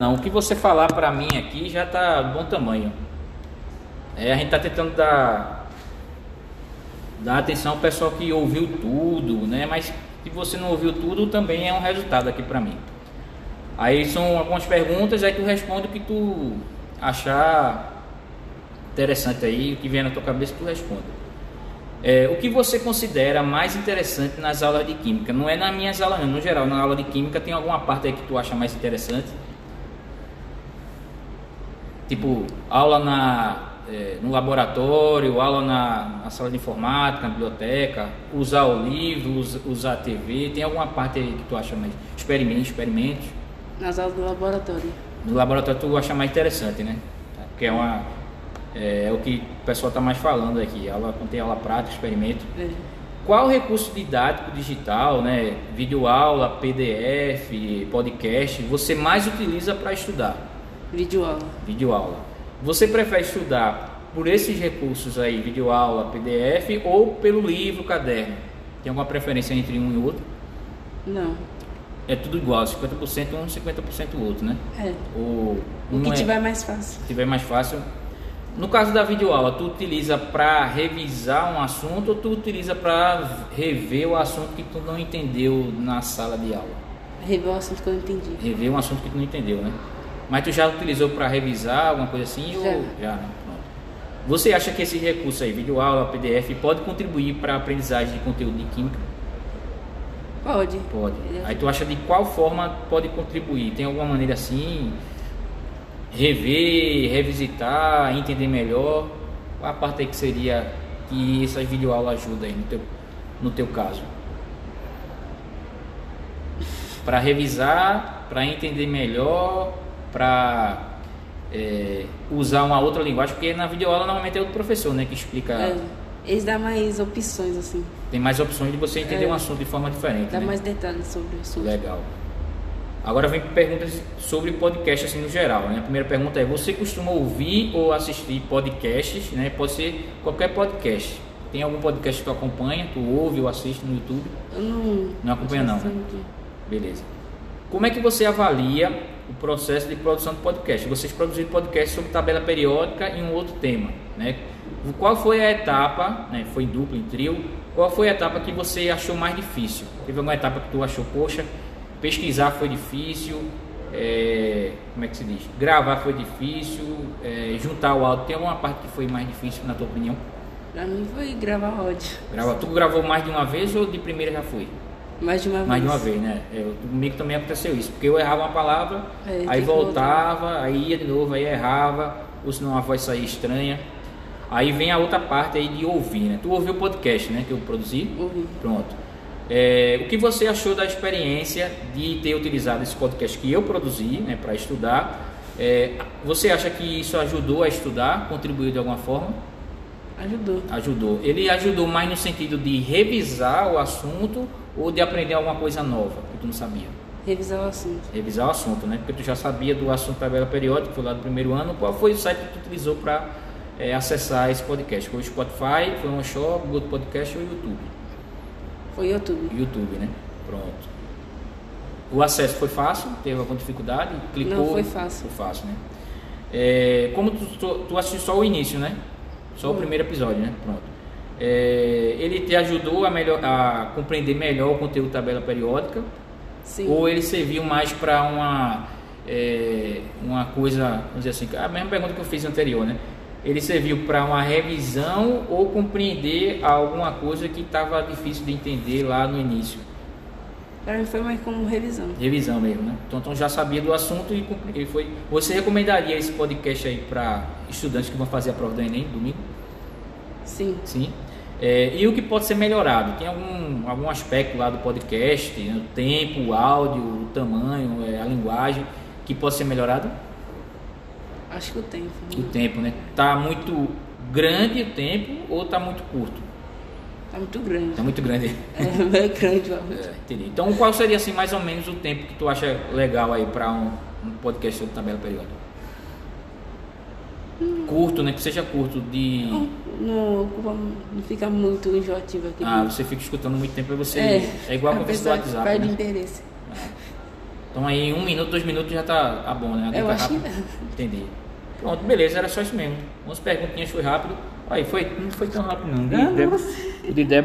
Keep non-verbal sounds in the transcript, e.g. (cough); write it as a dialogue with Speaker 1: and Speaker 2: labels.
Speaker 1: Não, o que você falar pra mim aqui já tá bom tamanho. É, a gente tá tentando dar, dar atenção ao pessoal que ouviu tudo, né? Mas se você não ouviu tudo, também é um resultado aqui pra mim. Aí são algumas perguntas, aí tu responde o que tu achar interessante aí, o que vier na tua cabeça, tu responde. É, o que você considera mais interessante nas aulas de química? Não é nas minhas aulas, não. No geral, na aula de química tem alguma parte aí que tu acha mais interessante? Tipo, aula na, eh, no laboratório, aula na, na sala de informática, na biblioteca, usar o livro, us- usar a TV. Tem alguma parte aí que tu acha mais. Experimentos, experimentos.
Speaker 2: Nas aulas do laboratório.
Speaker 1: No laboratório tu acha mais interessante, né? Porque é uma. É, é o que o pessoal está mais falando aqui. Aula, tem aula prática, experimento.
Speaker 2: É.
Speaker 1: Qual recurso didático digital, né, videoaula, PDF, podcast, você mais utiliza para estudar?
Speaker 2: Videoaula.
Speaker 1: Videoaula. Você prefere estudar por esses recursos aí, videoaula, PDF ou pelo livro, caderno? Tem alguma preferência entre um e outro?
Speaker 2: Não.
Speaker 1: É tudo igual, 50% um, 50% o outro, né?
Speaker 2: É.
Speaker 1: Ou
Speaker 2: O
Speaker 1: um
Speaker 2: que
Speaker 1: é-
Speaker 2: tiver mais fácil.
Speaker 1: se tiver mais fácil. No caso da videoaula, tu utiliza para revisar um assunto ou tu utiliza para rever o assunto que tu não entendeu na sala de aula?
Speaker 2: Rever o assunto que eu entendi.
Speaker 1: Rever um assunto que tu não entendeu, né? Mas tu já utilizou para revisar alguma coisa assim?
Speaker 2: Já.
Speaker 1: Ou... já né? Pronto. Você acha que esse recurso aí, videoaula, PDF, pode contribuir para a aprendizagem de conteúdo de química?
Speaker 2: Pode.
Speaker 1: Pode.
Speaker 2: Ele-
Speaker 1: Aí tu acha de qual forma pode contribuir? Tem alguma maneira assim? Rever, revisitar, entender melhor? Qual a parte aí que seria que essas videoaulas ajudam aí no teu, no teu caso? Para revisar, para entender melhor, para usar uma outra linguagem, porque na videoaula normalmente é outro professor né, que explica.
Speaker 2: É. Eles dão mais opções, assim.
Speaker 1: Tem mais opções de você entender
Speaker 2: É.
Speaker 1: um assunto de forma diferente.
Speaker 2: Dá
Speaker 1: né?
Speaker 2: mais detalhes sobre o assunto.
Speaker 1: Legal. Agora vem perguntas sobre podcast assim no geral. Né? A primeira pergunta é: você costuma ouvir ou assistir podcasts? Né? Pode ser qualquer podcast. Tem algum podcast que tu acompanha, tu ouve ou assiste no YouTube?
Speaker 2: Eu não...
Speaker 1: Não acompanha, não, né? Beleza. Como é que você avalia o processo de produção de podcast? Vocês produziram podcast sobre tabela periódica e um outro tema, né? Qual foi a etapa, né? Foi em duplo, em trio. Qual foi a etapa que você achou mais difícil? Teve alguma etapa que tu achou, poxa, pesquisar foi difícil, é, como é que se diz? Gravar foi difícil, é, juntar o áudio. Tem alguma parte que foi mais difícil, na tua opinião?
Speaker 2: Pra mim foi gravar áudio.
Speaker 1: Grava, tu gravou mais de uma vez ou de primeira já foi?
Speaker 2: Mais de uma
Speaker 1: Mais de
Speaker 2: vez.
Speaker 1: uma vez, né? Eu, comigo também aconteceu isso, porque eu errava uma palavra,
Speaker 2: É, tem
Speaker 1: aí
Speaker 2: que voltar.
Speaker 1: voltava, aí ia de novo, aí errava, ou senão a voz saía estranha. Aí vem a outra parte aí de ouvir, né? Tu ouviu o podcast, né? Que eu produzi?
Speaker 2: Ouvi.
Speaker 1: Pronto. É, o que você achou da experiência de ter utilizado esse podcast que eu produzi, né? Para estudar. É, você acha que isso ajudou a estudar, contribuiu de alguma forma?
Speaker 2: Ajudou.
Speaker 1: Ajudou. Ele ajudou mais no sentido de revisar o assunto ou de aprender alguma coisa nova que tu não sabia.
Speaker 2: Revisar o assunto.
Speaker 1: Revisar o assunto, né? Porque tu já sabia do assunto tabela periódica, foi lá do primeiro ano. Qual foi o site que tu utilizou para acessar esse podcast? Foi o Spotify, foi o OneShop, Google Podcast ou o YouTube?
Speaker 2: Foi YouTube.
Speaker 1: YouTube, né? Pronto. O acesso foi fácil? Teve alguma dificuldade? Clicou?
Speaker 2: Não, foi fácil.
Speaker 1: Foi fácil, né? É, como tu, tu, tu assistiu só o início, né? Só o primeiro episódio, né? Pronto. É, ele te ajudou a, melhor, a compreender melhor o conteúdo da tabela periódica?
Speaker 2: Sim.
Speaker 1: Ou ele serviu mais para uma, é, uma coisa, vamos dizer assim, a mesma pergunta que eu fiz anterior, né? Ele serviu para uma revisão ou compreender alguma coisa que estava difícil de entender lá no início?
Speaker 2: Pra mim foi mais como revisão.
Speaker 1: Revisão mesmo, né? Então, então já sabia do assunto e cumpri- e foi. Você recomendaria esse podcast aí para estudantes que vão fazer a prova do Enem domingo?
Speaker 2: Sim.
Speaker 1: Sim. É, e o que pode ser melhorado? Tem algum, algum aspecto lá do podcast, né? o tempo, o áudio, o tamanho, é, a linguagem, que pode ser melhorado?
Speaker 2: Acho que o tempo.
Speaker 1: O tempo, né? Tá muito grande o tempo ou tá muito curto?
Speaker 2: Tá muito grande.
Speaker 1: Tá muito grande.
Speaker 2: (laughs)
Speaker 1: (laughs)
Speaker 2: É, é grande o áudio.
Speaker 1: É, entendi. Então qual seria assim mais ou menos o tempo que tu acha legal aí para um, um podcast sobre tabela periódica? Curto, né? Que seja curto de.
Speaker 2: Não, não, ocupa- não fica muito enjoativo aqui. É.
Speaker 1: Ah, você fica escutando muito tempo aí você. É, Ah, igual a conversa do
Speaker 2: apesar de
Speaker 1: WhatsApp.
Speaker 2: Perde
Speaker 1: né?
Speaker 2: interesse.
Speaker 1: Então aí um minuto, dois minutos já tá, tá bom, né? A
Speaker 2: Eu
Speaker 1: dica
Speaker 2: acho que
Speaker 1: rápida. Entendi. Pronto, beleza, era só isso mesmo. Umas perguntinhas foi rápido. Aí foi, não foi tão rápido não.
Speaker 3: O de-
Speaker 1: O de Débora